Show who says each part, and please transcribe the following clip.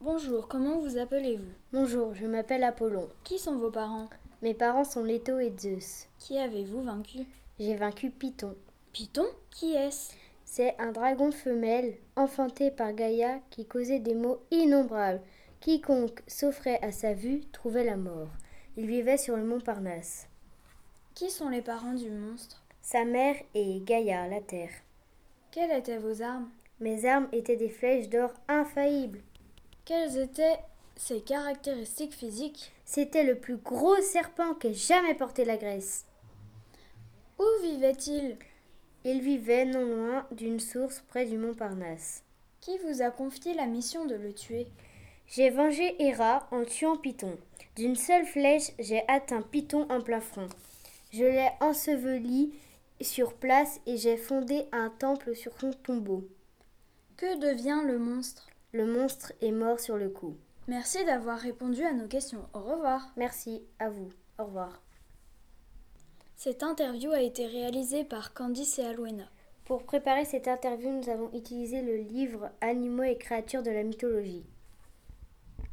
Speaker 1: Bonjour, comment vous appelez-vous
Speaker 2: Bonjour, je m'appelle Apollon.
Speaker 1: Qui sont vos parents
Speaker 2: Mes parents sont Leto et Zeus.
Speaker 1: Qui avez-vous vaincu
Speaker 2: J'ai vaincu Python.
Speaker 1: Python Qui est-ce
Speaker 2: C'est un dragon femelle enfanté par Gaïa qui causait des maux innombrables. Quiconque s'offrait à sa vue trouvait la mort. Il vivait sur le mont Parnasse.
Speaker 1: Qui sont les parents du monstre
Speaker 2: Sa mère est Gaïa, la terre.
Speaker 1: Quelles étaient vos armes
Speaker 2: Mes armes étaient des flèches d'or infaillibles.
Speaker 1: Quelles étaient ses caractéristiques physiques
Speaker 2: C'était le plus gros serpent qu'ait jamais porté la Grèce.
Speaker 1: Où vivait-il
Speaker 2: Il vivait non loin d'une source près du mont Parnasse.
Speaker 1: Qui vous a confié la mission de le tuer
Speaker 2: J'ai vengé Héra en tuant Python. D'une seule flèche, j'ai atteint Python en plein front. Je l'ai enseveli sur place et j'ai fondé un temple sur son tombeau.
Speaker 1: Que devient le monstre
Speaker 2: Le monstre est mort sur le coup.
Speaker 1: Merci d'avoir répondu à nos questions. Au revoir.
Speaker 2: Merci à vous. Au revoir.
Speaker 1: Cette interview a été réalisée par Candice et Alouena.
Speaker 2: Pour préparer cette interview, nous avons utilisé le livre Animaux et créatures de la mythologie.